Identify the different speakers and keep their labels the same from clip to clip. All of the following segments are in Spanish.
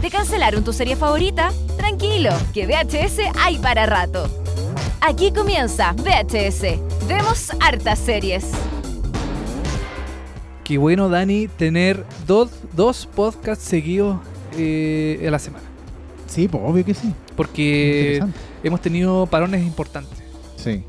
Speaker 1: ¿Te cancelaron tu serie favorita? Tranquilo, que VHS hay para rato. Aquí comienza VHS. Vemos hartas series.
Speaker 2: Qué bueno, Dani, tener dos, dos podcasts seguidos eh, a la semana.
Speaker 3: Sí, pues obvio que sí.
Speaker 2: Porque
Speaker 3: Interesante.
Speaker 2: hemos tenido parones importantes.
Speaker 3: Sí.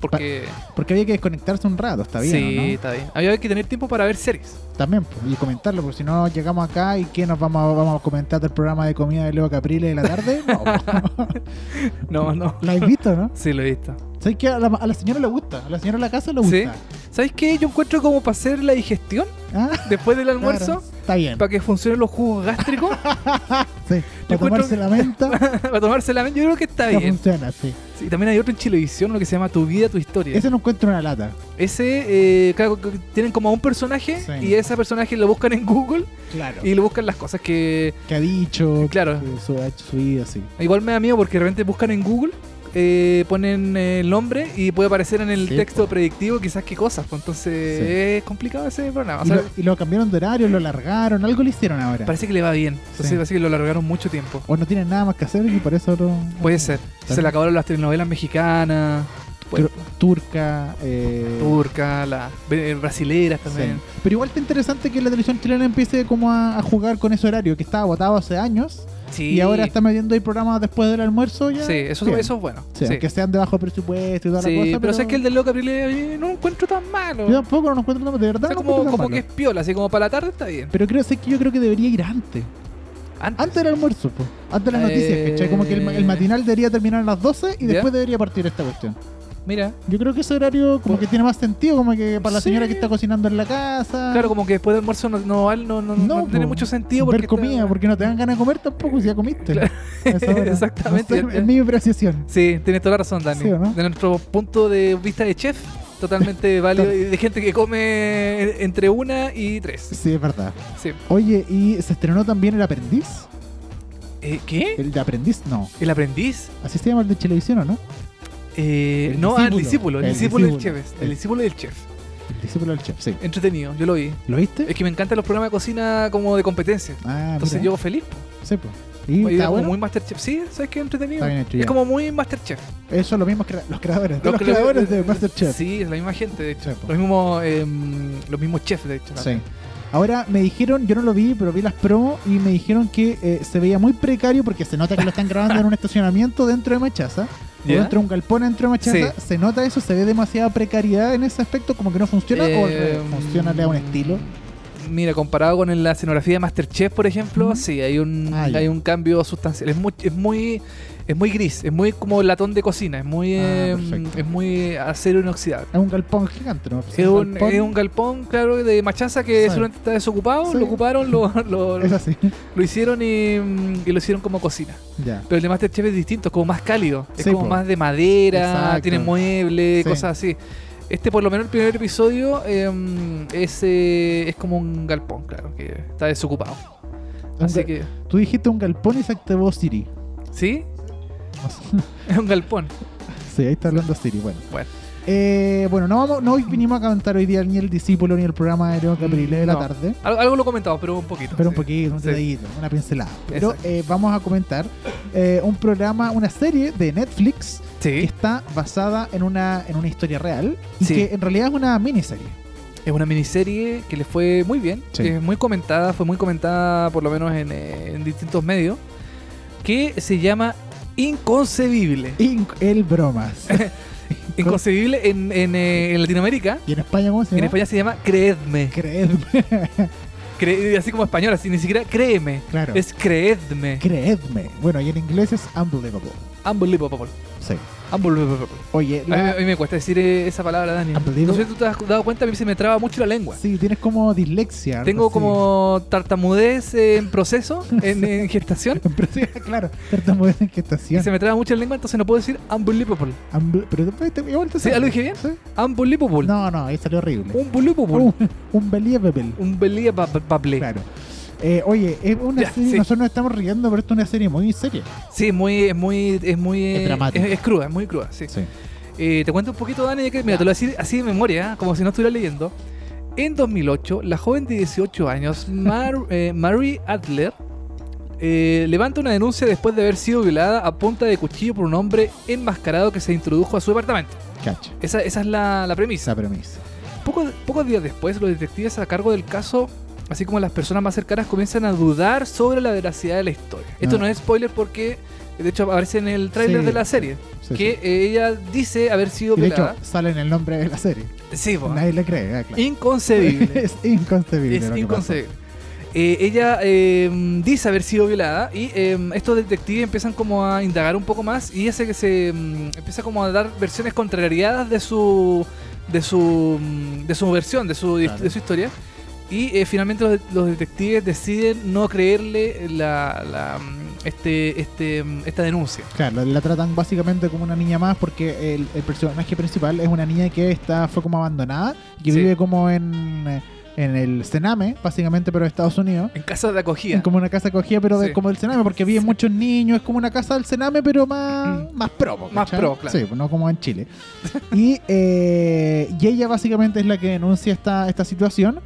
Speaker 2: Porque.
Speaker 3: Porque había que desconectarse un rato, está bien,
Speaker 2: sí,
Speaker 3: ¿o
Speaker 2: está bien. Había que tener tiempo para ver series.
Speaker 3: ¿no? También, pues, y comentarlo, porque si no llegamos acá y ¿qué nos vamos a, vamos a comentar del programa de comida de Leo Capriles de la tarde? No, pues.
Speaker 2: No, no.
Speaker 3: la has visto, ¿no?
Speaker 2: Sí, lo he visto.
Speaker 3: ¿Sabes que a la, a la señora le gusta? A la señora de la casa le
Speaker 2: Sí.
Speaker 3: gusta.
Speaker 2: ¿Sabes qué? Yo encuentro como para hacer la digestión
Speaker 3: Ah,
Speaker 2: después del
Speaker 3: claro,
Speaker 2: almuerzo.
Speaker 3: Está bien.
Speaker 2: Para que funcionen los jugos gástricos,
Speaker 3: Sí, para
Speaker 2: encuentro-
Speaker 3: tomarse la menta,
Speaker 2: para tomarse la Yo creo que está
Speaker 3: ya
Speaker 2: bien.
Speaker 3: funciona, sí.
Speaker 2: Sí, también hay otro en Chilevisión, uno que se llama Tu vida, tu historia.
Speaker 3: Ese no encuentro una lata.
Speaker 2: Ese, eh, claro, que tienen como a un personaje
Speaker 3: Sí.
Speaker 2: y ese personaje lo buscan en Google
Speaker 3: Claro.
Speaker 2: y le buscan las cosas que.
Speaker 3: Que ha dicho,
Speaker 2: Claro.
Speaker 3: que su, ha hecho su vida, sí.
Speaker 2: Igual me da miedo porque de repente buscan en Google, eh, ponen eh, el nombre y puede aparecer en el
Speaker 3: Sí,
Speaker 2: texto predictivo quizás qué cosas. pues, entonces
Speaker 3: Sí.
Speaker 2: es complicado ese programa. O
Speaker 3: Y
Speaker 2: sea,
Speaker 3: lo, y lo cambiaron de horario, lo alargaron, algo le hicieron ahora.
Speaker 2: parece que le va bien. Entonces
Speaker 3: Sí.
Speaker 2: parece que lo alargaron mucho tiempo.
Speaker 3: O no tienen nada más que hacer y por eso no-
Speaker 2: Puede ser. Se le acabaron las telenovelas mexicanas, pues,
Speaker 3: Turca, eh,
Speaker 2: turcas, las eh, brasileras
Speaker 3: sí.
Speaker 2: también.
Speaker 3: Pero igual está interesante que la televisión chilena empiece como a, a jugar con ese horario que estaba agotado hace años
Speaker 2: Sí.
Speaker 3: y ahora está metiendo ahí programas después del almuerzo ya.
Speaker 2: Sí, eso,
Speaker 3: Bien.
Speaker 2: eso es bueno.
Speaker 3: Sí,
Speaker 2: Sí.
Speaker 3: Aunque sean de bajo presupuesto y toda
Speaker 2: Sí,
Speaker 3: la cosa.
Speaker 2: pero, sabes que el de Loca Abril eh, no lo encuentro tan malo.
Speaker 3: Yo tampoco lo encuentro tan- de verdad.
Speaker 2: O sea,
Speaker 3: no
Speaker 2: como,
Speaker 3: encuentro tan
Speaker 2: como
Speaker 3: malo.
Speaker 2: que es piola, así como para la tarde está bien.
Speaker 3: Pero creo sé que yo creo que debería ir antes.
Speaker 2: Antes.
Speaker 3: Antes del almuerzo, pues. Antes de las
Speaker 2: Eh.
Speaker 3: noticias, ¿cachai? Como que el, ma- el matinal debería terminar a las 12 y
Speaker 2: ¿Ya?
Speaker 3: después debería partir esta cuestión.
Speaker 2: Mira,
Speaker 3: Yo creo que ese horario como
Speaker 2: Por-
Speaker 3: que tiene más sentido, como que para la
Speaker 2: Oh. Sí.
Speaker 3: señora que está cocinando en la casa.
Speaker 2: claro, como que después del almuerzo no, no, val- no, no- no
Speaker 3: po.
Speaker 2: tiene mucho sentido porque.
Speaker 3: ver comida,
Speaker 2: está-
Speaker 3: porque no te dan ganas de comer tampoco si ya comiste.
Speaker 2: Claro.
Speaker 3: A esa hora.
Speaker 2: Exactamente.
Speaker 3: No sé, es mi apreciación.
Speaker 2: Sí, tienes toda la razón, Dani.
Speaker 3: Sí, ¿o no?
Speaker 2: De nuestro punto de vista de chef, totalmente válido y de gente que come entre una y tres.
Speaker 3: Sí, es verdad.
Speaker 2: Sí.
Speaker 3: Oye, y se estrenó también El Aprendiz.
Speaker 2: Eh, ¿Qué?
Speaker 3: El de Aprendiz, no.
Speaker 2: ¿El aprendiz?
Speaker 3: Así se llama el de televisión, ¿o no?
Speaker 2: Eh,
Speaker 3: El
Speaker 2: no, ah, el discípulo.
Speaker 3: discípulo.
Speaker 2: El,
Speaker 3: El
Speaker 2: discípulo del
Speaker 3: discípulo.
Speaker 2: chef. El
Speaker 3: Sí.
Speaker 2: discípulo del chef.
Speaker 3: El discípulo del chef, sí.
Speaker 2: Entretenido, yo lo vi.
Speaker 3: ¿Lo viste?
Speaker 2: Es que me encantan los programas de cocina como de competencia.
Speaker 3: Ah,
Speaker 2: Entonces
Speaker 3: mira.
Speaker 2: yo feliz. po.
Speaker 3: Sí, pues. Y
Speaker 2: Oye,
Speaker 3: está
Speaker 2: como
Speaker 3: bueno.
Speaker 2: muy Masterchef. Sí, ¿sabes qué? Entretenido.
Speaker 3: Está bien hecho
Speaker 2: es
Speaker 3: ya.
Speaker 2: como muy Masterchef.
Speaker 3: Eso son los mismos crea- los creadores. de Los,
Speaker 2: cre-
Speaker 3: creadores de Masterchef. Sí.
Speaker 2: Sí, es la misma gente, de hecho.
Speaker 3: Sí, po.
Speaker 2: los, mismos, em, los mismos chefs, de hecho. también.
Speaker 3: Ahora me dijeron, yo no lo vi, pero vi las promos y me dijeron que eh, se veía muy precario porque se nota que lo están grabando en un estacionamiento dentro de Machaza. o
Speaker 2: ¿Ya?
Speaker 3: dentro de un galpón dentro de Machaza.
Speaker 2: Sí.
Speaker 3: Se nota eso, se ve demasiada precariedad en ese aspecto, como que no funciona o
Speaker 2: Eh,
Speaker 3: eh, funciona le da un estilo.
Speaker 2: Mira, comparado con el- la escenografía de Masterchef, por ejemplo,
Speaker 3: Ujú.
Speaker 2: sí, hay un,
Speaker 3: Ah, ya.
Speaker 2: hay un cambio sustancial. Es muy, es muy es muy gris, es muy como latón de cocina, es muy
Speaker 3: Ah,
Speaker 2: em,
Speaker 3: perfecto.
Speaker 2: es muy acero inoxidable.
Speaker 3: Es un galpón gigante, ¿no?
Speaker 2: Es un, es un galpón, claro, de machaza que
Speaker 3: Sí.
Speaker 2: seguramente está desocupado,
Speaker 3: Sí.
Speaker 2: lo ocuparon, lo, lo-
Speaker 3: Es así.
Speaker 2: lo hicieron y, mm, y lo hicieron como cocina.
Speaker 3: ya.
Speaker 2: Pero el de Masterchef es distinto, es como más cálido. Es
Speaker 3: Sí,
Speaker 2: como
Speaker 3: po.
Speaker 2: más de madera,
Speaker 3: Exacto.
Speaker 2: tiene muebles,
Speaker 3: Sí.
Speaker 2: cosas así. Este, por lo menos, el primer episodio em, es, eh, es como un galpón, claro, que está desocupado.
Speaker 3: Un
Speaker 2: Así
Speaker 3: gal-
Speaker 2: que,
Speaker 3: Tú dijiste un galpón y se activó Siri.
Speaker 2: ¿sí? Es un galpón.
Speaker 3: Sí, ahí está hablando Siri, bueno.
Speaker 2: Bueno.
Speaker 3: Eh, bueno, no vamos, no hoy vinimos a comentar hoy día ni el discípulo ni el programa de Leo Caprile de la
Speaker 2: Mm, No.
Speaker 3: tarde.
Speaker 2: Algo, algo lo comentamos, pero un poquito.
Speaker 3: Pero un
Speaker 2: sí.
Speaker 3: poquito, un
Speaker 2: Sí.
Speaker 3: detallito, una pincelada. Pero
Speaker 2: Exacto.
Speaker 3: eh, vamos a comentar eh, un programa, una serie de Netflix que
Speaker 2: Sí,
Speaker 3: está basada en una, en una historia real y
Speaker 2: Sí.
Speaker 3: que en realidad es una miniserie.
Speaker 2: es una miniserie que le fue muy bien,
Speaker 3: Sí.
Speaker 2: que es muy comentada, fue muy comentada por lo menos en, eh, en distintos medios, que se llama Inconcebible.
Speaker 3: Inc- el Bromas.
Speaker 2: Inconcebible en, en, eh, en Latinoamérica.
Speaker 3: ¿Y en España cómo se
Speaker 2: En
Speaker 3: llama?
Speaker 2: España se llama Creedme.
Speaker 3: Creedme.
Speaker 2: Cre- así como español, así ni siquiera créeme.
Speaker 3: claro.
Speaker 2: Es creedme.
Speaker 3: Creedme. Bueno, y en inglés es unbelievable.
Speaker 2: Unbelievable.
Speaker 3: Sí.
Speaker 2: Unbelievable.
Speaker 3: Oye,
Speaker 2: A, mí,
Speaker 3: la-
Speaker 2: a mí me cuesta decir eh, esa palabra, Dani.
Speaker 3: Unbelievable.
Speaker 2: No sé si tú te has dado cuenta, a mí se me traba mucho la lengua.
Speaker 3: sí, tienes como dislexia. algo
Speaker 2: Tengo
Speaker 3: así.
Speaker 2: como tartamudez eh, en proceso, en, en gestación.
Speaker 3: Pero sí, claro, tartamudez en qué
Speaker 2: Y
Speaker 3: estación.
Speaker 2: se me traba mucho la lengua, entonces no puedo decir unbelievable.
Speaker 3: Unbe- Pero después te- igual te
Speaker 2: Sí,
Speaker 3: sale.
Speaker 2: ¿lo dije bien?
Speaker 3: Sí.
Speaker 2: Unbelievable.
Speaker 3: No, no, ahí salió horrible.
Speaker 2: Unbelievable.
Speaker 3: Un, un believable.
Speaker 2: Unbelievable.
Speaker 3: Claro. Eh, oye, es una
Speaker 2: Ya,
Speaker 3: serie,
Speaker 2: sí.
Speaker 3: nosotros nos estamos riendo, pero esto es una serie muy seria.
Speaker 2: Sí, es muy, es muy, es muy,
Speaker 3: Es
Speaker 2: eh,
Speaker 3: dramático.
Speaker 2: es cruda, es muy cruda, sí. Eh, te cuento un poquito, Dani, ya que mira, te lo voy a decir así de memoria, ¿eh? como si no estuviera leyendo. En 2008, la joven de 18 años, Mar- eh, Mary Adler, eh, levanta una denuncia después de haber sido violada a punta de cuchillo por un hombre enmascarado que se introdujo a su departamento.
Speaker 3: Cacha.
Speaker 2: Esa, esa es la, la premisa.
Speaker 3: Esa premisa.
Speaker 2: Pocos, pocos días después, los detectives a cargo del caso, así como las personas más cercanas, comienzan a dudar sobre la veracidad de la historia. Esto
Speaker 3: Ah.
Speaker 2: no es spoiler porque, de hecho, aparece en el tráiler
Speaker 3: Sí.
Speaker 2: de la serie,
Speaker 3: Sí,
Speaker 2: que
Speaker 3: sí.
Speaker 2: eh, ella dice haber sido
Speaker 3: Y de hecho,
Speaker 2: violada.
Speaker 3: sale en el nombre de la serie.
Speaker 2: Sí, po.
Speaker 3: Nadie le cree, ah, claro.
Speaker 2: inconcebible.
Speaker 3: es inconcebible. lo
Speaker 2: es
Speaker 3: que
Speaker 2: inconcebible. Eh, ella eh, dice haber sido violada y eh, estos detectives empiezan como a indagar un poco más y hace que se mm, empieza como a dar versiones contrariadas de su de su mm, de su versión de su
Speaker 3: Claro.
Speaker 2: de su historia y eh, finalmente los, los detectives deciden no creerle la, la, mm, este este mm, esta denuncia
Speaker 3: pasa. Claro, la tratan básicamente como una niña más porque el, el personaje principal es una niña que está, fue como abandonada y que
Speaker 2: Sí.
Speaker 3: vive como en, eh, en el Sename, básicamente, pero de Estados Unidos.
Speaker 2: en casa de acogida.
Speaker 3: Como una casa acogida, pero de-
Speaker 2: Sí.
Speaker 3: como el Sename, porque viven muchos niños. Es como una casa del Sename, pero más,
Speaker 2: Mm.
Speaker 3: más pro. po,
Speaker 2: Más
Speaker 3: ¿cachai?
Speaker 2: pro, claro.
Speaker 3: Sí, pues no como en Chile. y, eh, y ella básicamente es la que denuncia esta, esta situación.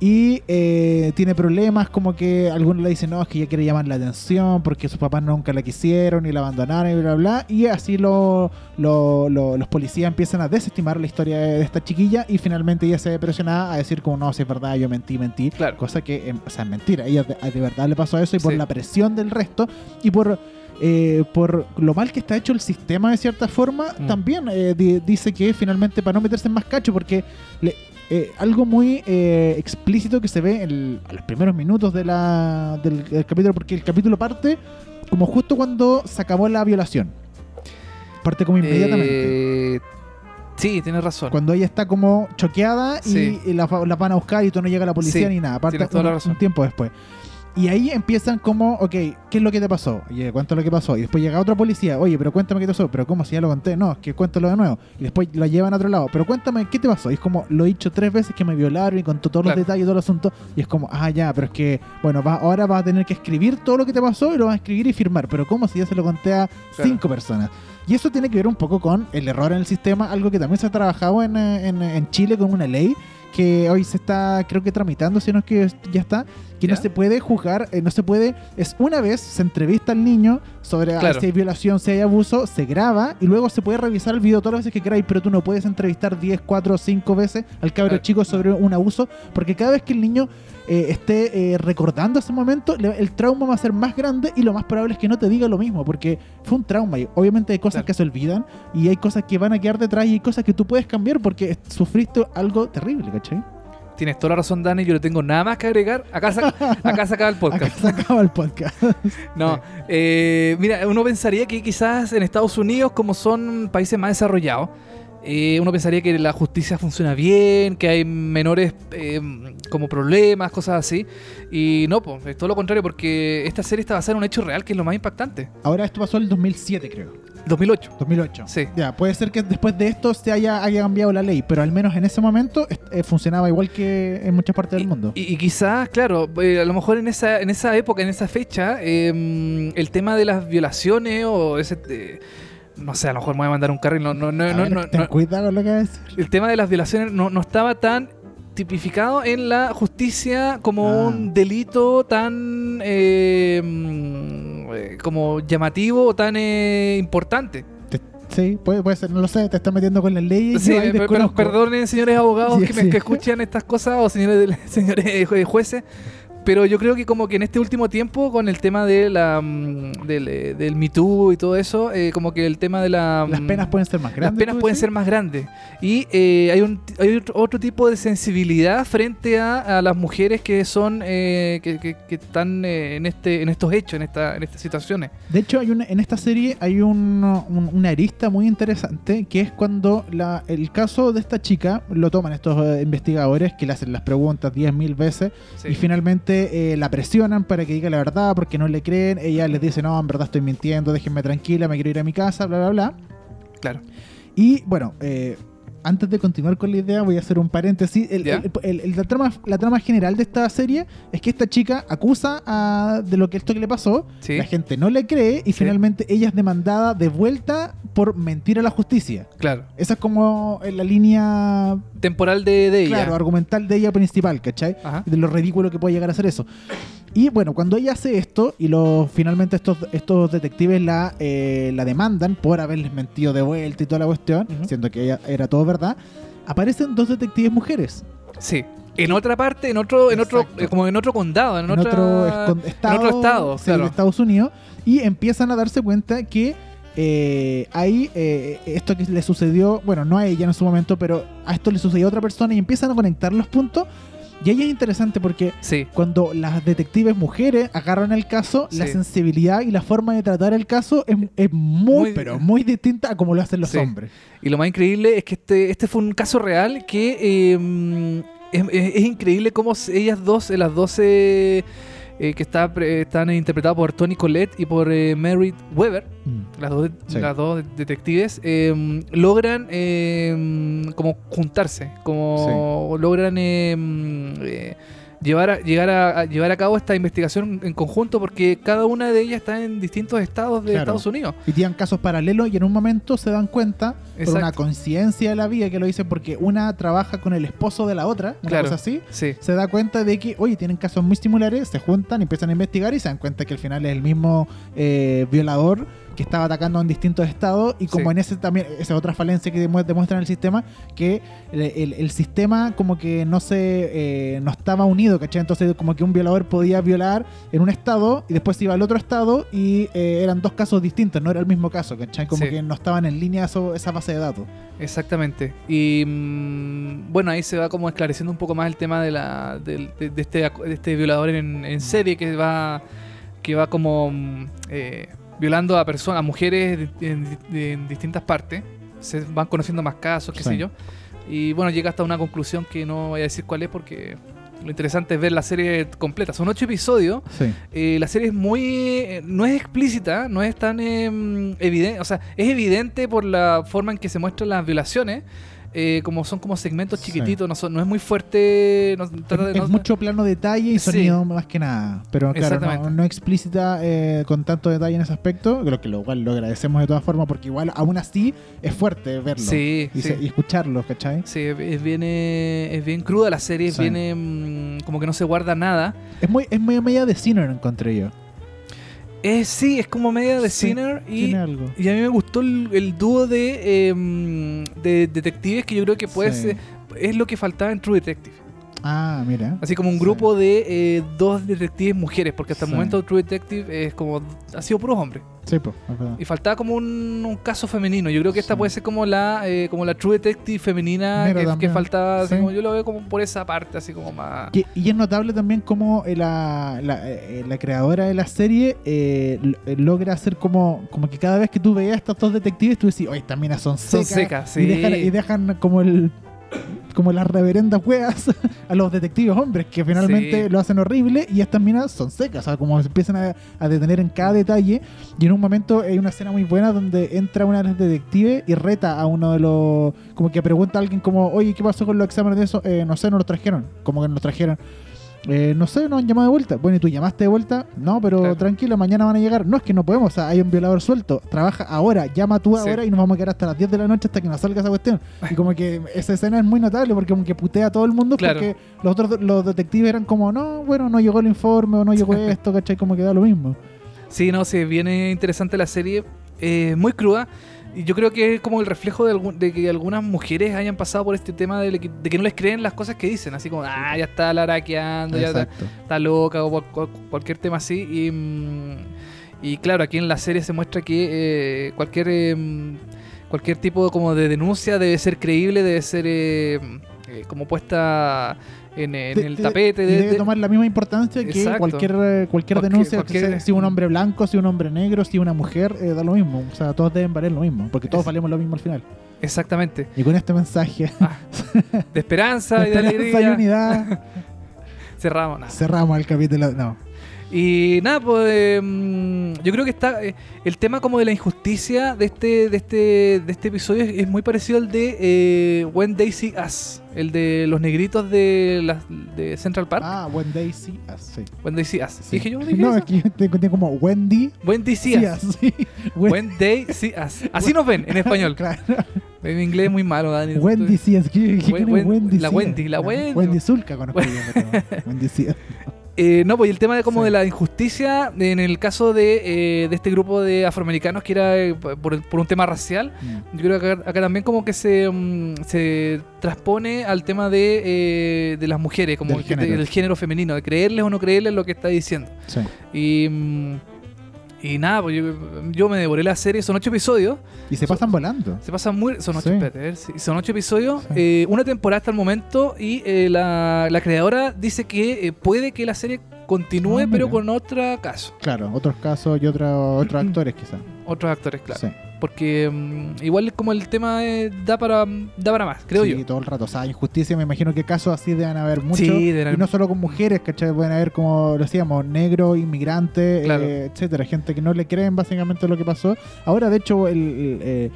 Speaker 3: Y eh, tiene problemas, como que algunos le dicen, no, es que ella quiere llamar la atención porque sus papás nunca la quisieron y la abandonaron y bla, bla. bla". Y así lo, lo- lo- los policías empiezan a desestimar la historia de, de esta chiquilla y finalmente ella se ve presionada a decir, como no, si es verdad, yo mentí, mentí.
Speaker 2: Claro.
Speaker 3: Cosa que, em, o sea, es mentira. Ella de, de verdad le pasó eso y por
Speaker 2: Sí.
Speaker 3: la presión del resto y por, eh, por lo mal que está hecho el sistema de cierta forma,
Speaker 2: Mm.
Speaker 3: también eh, di- dice que finalmente para no meterse en más cacho, porque le- eh, algo muy eh, explícito que se ve en el- a los primeros minutos de la, del, del capítulo, porque el capítulo parte como justo cuando se acabó la violación. Parte como inmediatamente.
Speaker 2: Eh, sí, tienes razón.
Speaker 3: Cuando ella está como choqueada y,
Speaker 2: Sí.
Speaker 3: y la, fa- la van a buscar y tú no llega la policía
Speaker 2: Sí,
Speaker 3: ni nada. Aparte,
Speaker 2: tienes toda la
Speaker 3: un-
Speaker 2: razón.
Speaker 3: un tiempo después. Y ahí empiezan como, ok, ¿qué es lo que te pasó? Oye, cuéntame lo que pasó. Y después llega otra policía, oye, pero cuéntame qué te pasó. Pero ¿cómo? Si ya lo conté. No, es que cuéntalo de nuevo. Y después la llevan a otro lado. Pero cuéntame qué te pasó. Y es como, lo he dicho tres veces que me violaron y contó todos
Speaker 2: Claro.
Speaker 3: los detalles, todo el asunto. Y es como, ah, ya, pero es que, bueno, va, ahora vas a tener que escribir todo lo que te pasó y lo vas a escribir y firmar. Pero ¿cómo? Si ya se lo conté a
Speaker 2: Claro.
Speaker 3: cinco personas. Y eso tiene que ver un poco con el error en el sistema, algo que también se ha trabajado en, eh, en, en Chile con una ley que hoy se está, creo que tramitando, si no es que es- ya está, que no
Speaker 2: ¿Ya?
Speaker 3: se puede juzgar, eh, no se puede, es una vez se entrevista al niño sobre ah,
Speaker 2: Claro.
Speaker 3: si hay violación, si hay abuso, se graba y luego se puede revisar el video todas las veces que queráis, pero tú no puedes entrevistar 10, 4, 5 veces al cabro
Speaker 2: Claro.
Speaker 3: chico sobre un abuso, porque cada vez que el niño eh, esté eh, recordando ese momento, le- el trauma va a ser más grande y lo más probable es que no te diga lo mismo, porque fue un trauma y obviamente hay cosas
Speaker 2: Claro.
Speaker 3: que se olvidan y hay cosas que van a quedar detrás y hay cosas que tú puedes cambiar porque est- sufriste algo terrible, ¿cachai?
Speaker 2: Tienes toda la razón, Dani. Yo no tengo nada más que agregar. Acá se, acá se acaba el
Speaker 3: Acá
Speaker 2: podcast.
Speaker 3: se acaba el podcast.
Speaker 2: No, eh, mira, uno pensaría que quizás en Estados Unidos, como son países más desarrollados, eh, uno pensaría que la justicia funciona bien, que hay menores eh, como problemas, cosas así. Y no, pues, es todo lo contrario, porque esta serie está basada en un hecho real, que es lo más impactante.
Speaker 3: Ahora esto pasó en el 2007, creo.
Speaker 2: 2008.
Speaker 3: 2008.
Speaker 2: Sí.
Speaker 3: Ya, puede ser que después de esto se haya, haya cambiado la ley, pero al menos en ese momento est- eh, funcionaba igual que en muchas partes del mundo.
Speaker 2: Y, y quizás, claro, eh, a lo mejor en esa, en esa época, en esa fecha, eh, el tema de las violaciones o ese... eh, no sé, a lo mejor me voy a mandar un carril. No, no, no,
Speaker 3: A
Speaker 2: no,
Speaker 3: ver,
Speaker 2: no,
Speaker 3: ten
Speaker 2: no.
Speaker 3: cuidado con lo que vas a decir.
Speaker 2: el tema de las violaciones no, no estaba tan tipificado en la justicia como
Speaker 3: Ah.
Speaker 2: un delito tan eh, mm, eh, como llamativo o tan eh, importante.
Speaker 3: Sí, puede, puede ser, no lo sé, te estás metiendo con las leyes.
Speaker 2: Sí,
Speaker 3: yo ahí
Speaker 2: per- per-
Speaker 3: desconozco.
Speaker 2: perdonen señores abogados
Speaker 3: Sí,
Speaker 2: que, me-
Speaker 3: sí.
Speaker 2: que escuchan estas cosas o señores, del- señores eh, jue- jueces, pero yo creo que como que en este último tiempo con el tema de la, mm, del, eh, del Me Too y todo eso, eh, como que el tema de la...
Speaker 3: Las
Speaker 2: mm,
Speaker 3: penas pueden ser más
Speaker 2: las
Speaker 3: grandes.
Speaker 2: penas
Speaker 3: ¿tú
Speaker 2: pueden
Speaker 3: decís?
Speaker 2: ser más grandes. Y eh, hay, un, hay otro, otro tipo de sensibilidad frente a, a las mujeres que son eh, que, que- que están eh, en este en estos hechos, en, esta, en estas situaciones.
Speaker 3: De hecho, hay una, en esta serie hay un, un- una arista muy interesante que es cuando la, el caso de esta chica lo toman estos eh, investigadores que le hacen las preguntas 10.000 veces
Speaker 2: Sí.
Speaker 3: Y finalmente eh, la presionan para que diga la verdad porque no le creen. Ella les dice, no, en verdad estoy mintiendo, déjenme tranquila, me quiero ir a mi casa, bla, bla, bla.
Speaker 2: Claro.
Speaker 3: Y bueno, eh, antes de continuar con la idea, voy a hacer un paréntesis. El-
Speaker 2: Ya.
Speaker 3: el- el- el- la, trama, la trama general de esta serie es que esta chica acusa a- de lo que esto que le pasó.
Speaker 2: Sí.
Speaker 3: La gente no le cree y
Speaker 2: Sí.
Speaker 3: finalmente ella es demandada de vuelta por mentir a la justicia.
Speaker 2: Claro.
Speaker 3: Esa es como eh, la línea,
Speaker 2: Temporal de, de ella.
Speaker 3: claro, argumental de ella principal, ¿cachai?
Speaker 2: Ajá.
Speaker 3: de lo ridículo que puede llegar a ser eso. Y bueno, cuando ella hace esto y los finalmente estos, estos detectives la, eh, la demandan por haberles mentido de vuelta y toda la cuestión,
Speaker 2: Ujú.
Speaker 3: siendo que ella era todo verdad, aparecen dos detectives mujeres.
Speaker 2: Sí. En otra parte, en otro, en otro,
Speaker 3: Exacto.
Speaker 2: eh, como en otro condado, en,
Speaker 3: en
Speaker 2: otra-
Speaker 3: otro escon- estado,
Speaker 2: en otro estado,
Speaker 3: sí,
Speaker 2: claro.
Speaker 3: de Estados Unidos y empiezan a darse cuenta que eh, ahí eh, esto que le sucedió, bueno, no a ella en su momento, pero a esto le sucedió a otra persona y empiezan a conectar los puntos. Y ahí es interesante porque
Speaker 2: Sí.
Speaker 3: cuando las detectives mujeres agarran el caso, la
Speaker 2: Sí.
Speaker 3: sensibilidad y la forma de tratar el caso es, es muy,
Speaker 2: Muy-
Speaker 3: pero muy distinta a como lo hacen los
Speaker 2: Sí.
Speaker 3: hombres.
Speaker 2: Y lo más increíble es que este, este fue un caso real que eh, mm, es, es- es increíble cómo se- ellas dos, eh, las dos eh, eh, que está, pre- están interpretadas por Tony Collette y por eh, Mary Weber,
Speaker 3: Mm.
Speaker 2: las dos, de-
Speaker 3: Sí.
Speaker 2: las dos de- detectives, eh, logran eh, como juntarse, como logran eh, mm, eh, llevar, a, llegar a, a llevar a cabo esta investigación en conjunto porque cada una de ellas está en distintos estados de
Speaker 3: Claro.
Speaker 2: Estados Unidos.
Speaker 3: Y tienen casos paralelos y en un momento se dan cuenta por
Speaker 2: Exacto.
Speaker 3: una conciencia de la vida que lo dicen porque una trabaja con el esposo de la otra, una
Speaker 2: Claro.
Speaker 3: cosa así.
Speaker 2: Sí.
Speaker 3: Se da cuenta de que, oye, tienen casos muy similares, se juntan, empiezan a investigar y se dan cuenta que al final es el mismo eh, violador que estaba atacando en distintos estados y como
Speaker 2: Sí.
Speaker 3: en ese también, esa otra falencia que demue- demuestra el sistema, que el, el- el sistema como que no se eh, no estaba unido, ¿cachai? Entonces como que un violador podía violar en un estado y después se iba al otro estado y eh, eran dos casos distintos, no era el mismo caso, ¿cachai? Como
Speaker 2: Sí.
Speaker 3: que no estaban en línea eso- esa base de datos.
Speaker 2: Exactamente. Y mm, bueno, ahí se va como esclareciendo un poco más el tema de, la, del- de, de este, ac- de este violador en, en serie que va, que va como mm, eh, violando a personas, a mujeres de- en, de- en distintas partes. Se van conociendo más casos, qué
Speaker 3: Sí.
Speaker 2: sé yo. Y bueno, llega hasta una conclusión que no voy a decir cuál es porque lo interesante es ver la serie completa. Son ocho episodios
Speaker 3: Sí.
Speaker 2: eh, la serie es muy. eh, no es explícita, no es tan evidente. O sea, es evidente por la forma en que se muestran las violaciones. eh, como son como segmentos
Speaker 3: Sí.
Speaker 2: chiquititos, no, son- no es muy fuerte. No, trata de
Speaker 3: Es,
Speaker 2: no-
Speaker 3: es mucho plano detalle y
Speaker 2: Sí.
Speaker 3: sonido más que nada. Pero claro, no,
Speaker 2: Exactamente.
Speaker 3: no explícita eh, con tanto detalle en ese aspecto. Creo que lo cual lo agradecemos de todas formas porque igual aún así es fuerte verlo
Speaker 2: Sí,
Speaker 3: y,
Speaker 2: sí.
Speaker 3: se- y escucharlo, ¿cachai?
Speaker 2: Sí, es bien, eh, es bien cruda la serie, es
Speaker 3: Sí.
Speaker 2: bien, em, como que no se guarda nada.
Speaker 3: Es muy, es muy a media de Sinner, encontré yo.
Speaker 2: Eh, sí, es como media de
Speaker 3: Sí,
Speaker 2: Sinner y,
Speaker 3: Tiene algo.
Speaker 2: y a mí me gustó el, el dúo de, em, de detectives que yo creo que puede
Speaker 3: Sí.
Speaker 2: ser- es lo que faltaba en True Detective.
Speaker 3: Ah, mira.
Speaker 2: Así como un grupo de eh, dos detectives mujeres, porque hasta
Speaker 3: Sí.
Speaker 2: el momento True Detective es como ha sido puros hombres.
Speaker 3: Sí, po, es verdad.
Speaker 2: Y faltaba como un, un caso femenino. Yo creo que esta
Speaker 3: Sí.
Speaker 2: puede ser como la eh, como la True Detective femenina
Speaker 3: Mira,
Speaker 2: que- que,
Speaker 3: también.
Speaker 2: faltaba. así
Speaker 3: Sí.
Speaker 2: como- yo lo veo como por esa parte, así como más.
Speaker 3: Que- y es notable también cómo eh, la, la, eh, la creadora de la serie eh, lo- eh, logra hacer como, como que cada vez que tú veías a estos dos detectives, tú decís, oye, estas minas son
Speaker 2: Son secas,
Speaker 3: secas.
Speaker 2: sí.
Speaker 3: y, dejan, y dejan como el como las reverendas weas a los detectives hombres que finalmente
Speaker 2: Sí.
Speaker 3: lo hacen horrible y estas minas son secas, o sea, como se empiezan a, a detener en cada detalle y en un momento hay una escena muy buena donde entra una de las detectives y reta a uno de los como que pregunta a alguien como oye ¿qué pasó con los exámenes de eso? "Eh, no sé, no los trajeron como que no los trajeron "Eh, no sé, no han llamado de vuelta. Bueno, ¿y tú llamaste de vuelta? No, pero
Speaker 2: Claro.
Speaker 3: tranquilo, mañana van a llegar. No, es que no podemos, o sea, hay un violador suelto. Trabaja ahora, llama tú
Speaker 2: Sí.
Speaker 3: ahora y nos vamos a quedar hasta las 10 de la noche hasta que nos salga esa cuestión. Y como que esa escena es muy notable porque como que putea a todo el mundo
Speaker 2: Claro.
Speaker 3: porque los otros los detectives eran como, no, bueno, no llegó el informe o no llegó esto, ¿cachai? Como que da lo mismo.
Speaker 2: Sí, no, sí, viene interesante la serie. eh, muy cruda. Y yo creo que es como el reflejo de, algún- de que algunas mujeres hayan pasado por este tema de, que- de que no les creen las cosas que dicen. Así como, ah, ya está laraqueando, ya está. está loca o cual- cual- cualquier tema así. Y, mm, y claro, aquí en la serie se muestra que eh, cualquier eh, mm, cualquier tipo como de denuncia debe ser creíble, debe ser eh, eh, como puesta en, en
Speaker 3: De-
Speaker 2: el
Speaker 3: de-
Speaker 2: tapete.
Speaker 3: Y
Speaker 2: de-
Speaker 3: debe
Speaker 2: de-
Speaker 3: tomar la misma importancia que
Speaker 2: Exacto.
Speaker 3: cualquier, eh, cualquier
Speaker 2: Cualquier-
Speaker 3: denuncia,
Speaker 2: cualquier-
Speaker 3: que sea- si un hombre blanco, si un hombre negro, si una mujer, eh, da lo mismo. O sea, todos deben valer lo mismo, porque todos
Speaker 2: Es-
Speaker 3: valemos lo mismo al final.
Speaker 2: Exactamente.
Speaker 3: Y con este mensaje
Speaker 2: De esperanza
Speaker 3: de
Speaker 2: y de
Speaker 3: esperanza y
Speaker 2: alegría.
Speaker 3: unidad,
Speaker 2: Cerramos. nada.
Speaker 3: cerramos el capítulo. No.
Speaker 2: Y nada, pues eh, mm, yo creo que está eh, el tema como de la injusticia de este de este, de este episodio es, es muy parecido al de eh, When They See Us, el de los negritos de, las- de Central Park.
Speaker 3: Ah, When They See Us. Sí.
Speaker 2: When They See Us.
Speaker 3: Sí.
Speaker 2: ¿Dije yo? ¿Dije
Speaker 3: no,
Speaker 2: eso?
Speaker 3: es que yo te encontré como Wendy
Speaker 2: When They See
Speaker 3: See
Speaker 2: Us.
Speaker 3: Us. sí. Wen-
Speaker 2: When They See Us. Así nos ven en español.
Speaker 3: Claro.
Speaker 2: En inglés es muy malo, Dani.
Speaker 3: Wendy
Speaker 2: Estoy-
Speaker 3: sí, es que ¿qué
Speaker 2: Wen-
Speaker 3: quiere
Speaker 2: Wen-
Speaker 3: Wendy
Speaker 2: la
Speaker 3: sí?
Speaker 2: Wendy, la Wendy.
Speaker 3: Wendy Zulka conozco yo, pero Wendy sí.
Speaker 2: Eh, no, pues y el tema de como
Speaker 3: Sí.
Speaker 2: de la injusticia en el caso de, eh, de este grupo de afroamericanos que era eh, por, por un tema racial.
Speaker 3: mm,
Speaker 2: Yo creo que acá, acá también como que se, mm, se transpone al tema de, eh, de las mujeres, como
Speaker 3: Del
Speaker 2: el que te-
Speaker 3: género.
Speaker 2: del género femenino, de creerles o no creerles lo que está diciendo.
Speaker 3: Sí.
Speaker 2: Y, mm, y nada, pues yo, yo me devoré la serie, son ocho episodios,
Speaker 3: Y se pasan volando.
Speaker 2: se pasan muy... Son ocho,
Speaker 3: Sí.
Speaker 2: espérate, a ver, sí, son ocho episodios,
Speaker 3: Sí.
Speaker 2: eh, una temporada hasta el momento y eh, la, la creadora dice que eh, puede que la serie continúe,
Speaker 3: Ah, mira.
Speaker 2: pero con otro caso,
Speaker 3: Claro, otros casos y otro- otros actores quizás.
Speaker 2: otros actores, claro.
Speaker 3: Sí.
Speaker 2: Porque mm, igual como el tema eh, da, para, da para más, creo
Speaker 3: Sí,
Speaker 2: yo.
Speaker 3: todo el rato. O sea, injusticia, me imagino que casos así deben haber muchos.
Speaker 2: Sí, deben haber-
Speaker 3: Y no solo con mujeres, ¿cachai? Pueden haber, como lo decíamos, negros, inmigrantes,
Speaker 2: Claro.
Speaker 3: eh, etcétera. Gente que no le creen básicamente lo que pasó. Ahora, de hecho, el. el, eh,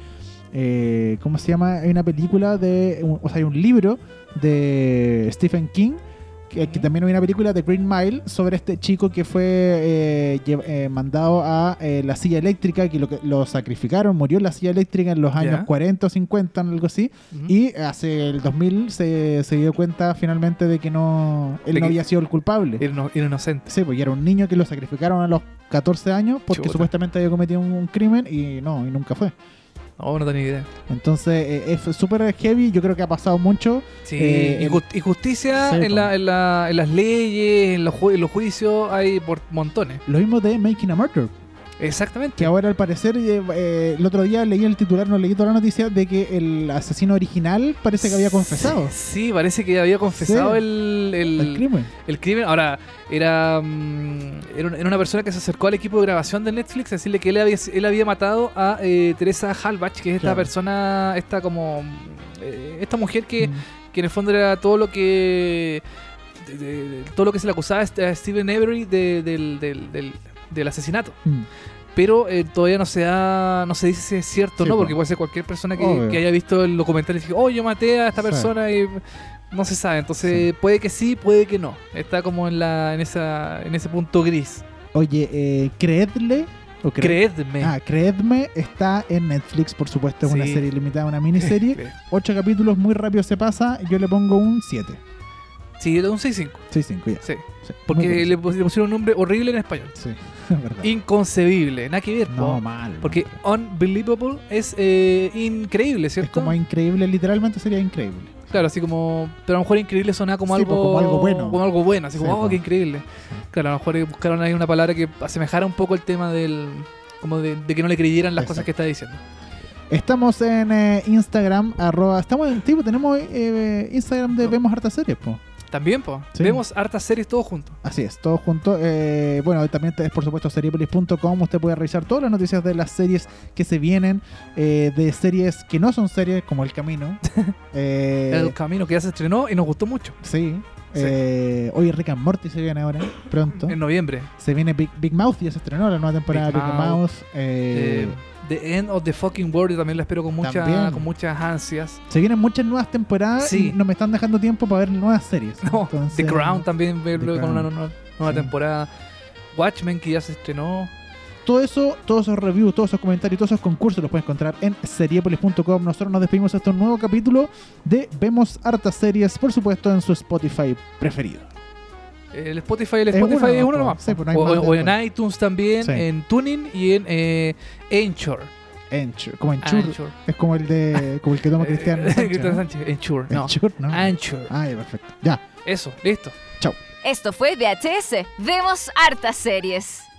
Speaker 3: eh, ¿Cómo se llama? Hay una película de. un- O sea, hay un libro de Stephen King. Que, que
Speaker 2: Ujú.
Speaker 3: también hay una película de Green Mile sobre este chico que fue eh, lle- eh, mandado a eh, la silla eléctrica, que lo, que- lo sacrificaron, murió en la silla eléctrica en los años
Speaker 2: Ya.
Speaker 3: 40 o 50, algo así.
Speaker 2: Ujú.
Speaker 3: Y hace el 2000 se, se dio cuenta finalmente de que no él
Speaker 2: De
Speaker 3: no
Speaker 2: que- Eh.
Speaker 3: había sido el culpable.
Speaker 2: Era ino- era inocente.
Speaker 3: Sí, pues y era un niño que lo sacrificaron a los 14 años porque
Speaker 2: Chuta.
Speaker 3: supuestamente había cometido un, un crimen y no, y nunca fue.
Speaker 2: No, no tenía idea.
Speaker 3: Entonces eh, es súper heavy, yo creo que ha pasado mucho.
Speaker 2: Sí,
Speaker 3: Eh,
Speaker 2: y
Speaker 3: el-
Speaker 2: jus- y justicia
Speaker 3: Sí,
Speaker 2: en,
Speaker 3: po.
Speaker 2: la, en, la- en las leyes, en los, ju- en los juicios, hay por montones.
Speaker 3: Lo mismo de Making a Murder, que
Speaker 2: Exactamente.
Speaker 3: ahora al parecer eh, eh, el otro día leí el titular, no leí toda la noticia, de que el asesino original parece que había confesado
Speaker 2: Sí, parece que había confesado
Speaker 3: Sí.
Speaker 2: el, el-
Speaker 3: el crimen.
Speaker 2: el crimen. Ahora, era, mm, era un- era una persona que se acercó al equipo de grabación de Netflix a decirle que él había, él había matado a eh, Teresa Halbach, que es esta
Speaker 3: Claro.
Speaker 2: persona, esta como... eh, esta mujer que...
Speaker 3: Mm.
Speaker 2: que en el fondo era todo lo que de- de- de- todo lo que se le acusaba a Ste- a Stephen Avery de- del, del- del- del asesinato
Speaker 3: Mm.
Speaker 2: pero eh, todavía no se ha, no se dice si es cierto o
Speaker 3: Sí,
Speaker 2: no
Speaker 3: po.
Speaker 2: porque puede ser cualquier persona que,
Speaker 3: Obvio.
Speaker 2: que haya visto el documental y diga oh yo maté a esta
Speaker 3: Sí.
Speaker 2: persona y no se sabe entonces puede que sí puede que no está como en la en esa en ese punto gris
Speaker 3: Oye, eh, creedle o creed-
Speaker 2: creedme
Speaker 3: Ah, Creedme está en Netflix, por supuesto, es una
Speaker 2: Sí.
Speaker 3: serie limitada, una miniserie.
Speaker 2: Creed.
Speaker 3: Ocho capítulos, muy rápido se pasa. Yo le pongo un 7.
Speaker 2: sí era un 6-5
Speaker 3: 6, 5, ya.
Speaker 2: sí
Speaker 3: Sí, muy
Speaker 2: porque
Speaker 3: bueno.
Speaker 2: le pus- le pusieron un nombre horrible en español
Speaker 3: Sí, es verdad.
Speaker 2: inconcebible nada que ver po.
Speaker 3: No, mal.
Speaker 2: Porque
Speaker 3: mal.
Speaker 2: unbelievable es eh, increíble,
Speaker 3: es
Speaker 2: ¿cierto?
Speaker 3: como increíble, literalmente sería increíble.
Speaker 2: Claro, así como. Pero a lo mejor increíble suena como,
Speaker 3: Sí,
Speaker 2: algo,
Speaker 3: pues, como algo bueno.
Speaker 2: Como algo bueno, así
Speaker 3: Sí,
Speaker 2: como, oh,
Speaker 3: pues.
Speaker 2: qué increíble. Claro, a lo mejor eh, buscaron ahí una palabra que asemejara un poco el tema del. como de, de que no le creyeran las cosas
Speaker 3: Exacto.
Speaker 2: que está diciendo.
Speaker 3: Estamos en eh, Instagram, arroba. Estamos en tipo, tenemos eh, Instagram de
Speaker 2: No.
Speaker 3: Vemos Hartas Series, po.
Speaker 2: También, pues.
Speaker 3: Sí.
Speaker 2: Vemos hartas series todos juntos.
Speaker 3: Así es, todo junto. Eh, bueno, también es por supuesto seriepolis.com. Usted puede revisar todas las noticias de las series que se vienen, eh, de series que no son series, como El Camino. Eh,
Speaker 2: El camino que ya se estrenó y nos gustó mucho.
Speaker 3: sí.
Speaker 2: Sí.
Speaker 3: Eh, hoy Rick and Morty se viene ahora, pronto.
Speaker 2: En noviembre.
Speaker 3: Se viene Big, Big Mouth, ya se estrenó la nueva temporada
Speaker 2: Big
Speaker 3: de Big
Speaker 2: Mouth.
Speaker 3: Mouth. eh,
Speaker 2: Eh, the End of the Fucking World, yo también la espero con, mucha,
Speaker 3: También.
Speaker 2: con muchas ansias.
Speaker 3: se vienen muchas nuevas temporadas
Speaker 2: Sí.
Speaker 3: y no me están dejando tiempo para ver nuevas series.
Speaker 2: No, The
Speaker 3: Entonces,
Speaker 2: Crown también, verlo con
Speaker 3: Crown.
Speaker 2: una nueva, nueva
Speaker 3: Sí.
Speaker 2: temporada. Watchmen que ya se estrenó.
Speaker 3: Todo eso, todos esos reviews, todos esos comentarios, todos esos concursos los puedes encontrar en seriepolis.com. Nosotros nos despedimos hasta un nuevo capítulo de Vemos Hartas Series, por supuesto, en su Spotify preferido.
Speaker 2: El Spotify, el
Speaker 3: Es
Speaker 2: Spotify
Speaker 3: uno
Speaker 2: es uno
Speaker 3: nomás,
Speaker 2: nomás.
Speaker 3: sí, pues no hay
Speaker 2: o,
Speaker 3: más
Speaker 2: o- o en
Speaker 3: después.
Speaker 2: iTunes también,
Speaker 3: Sí.
Speaker 2: en Tuning y en eh, Anchor.
Speaker 3: Anchor, como Anchur.
Speaker 2: Anchur.
Speaker 3: Es como el de como Ah, el que toma Cristian.
Speaker 2: Eh,
Speaker 3: Sánchez,
Speaker 2: Cristian
Speaker 3: ¿no?
Speaker 2: Sánchez. Anchur, no.
Speaker 3: Anchor, ¿no?
Speaker 2: Anchur.
Speaker 3: Ah, ya, perfecto. Ya.
Speaker 2: Eso, listo.
Speaker 1: Esto fue VHS. Vemos hartas series.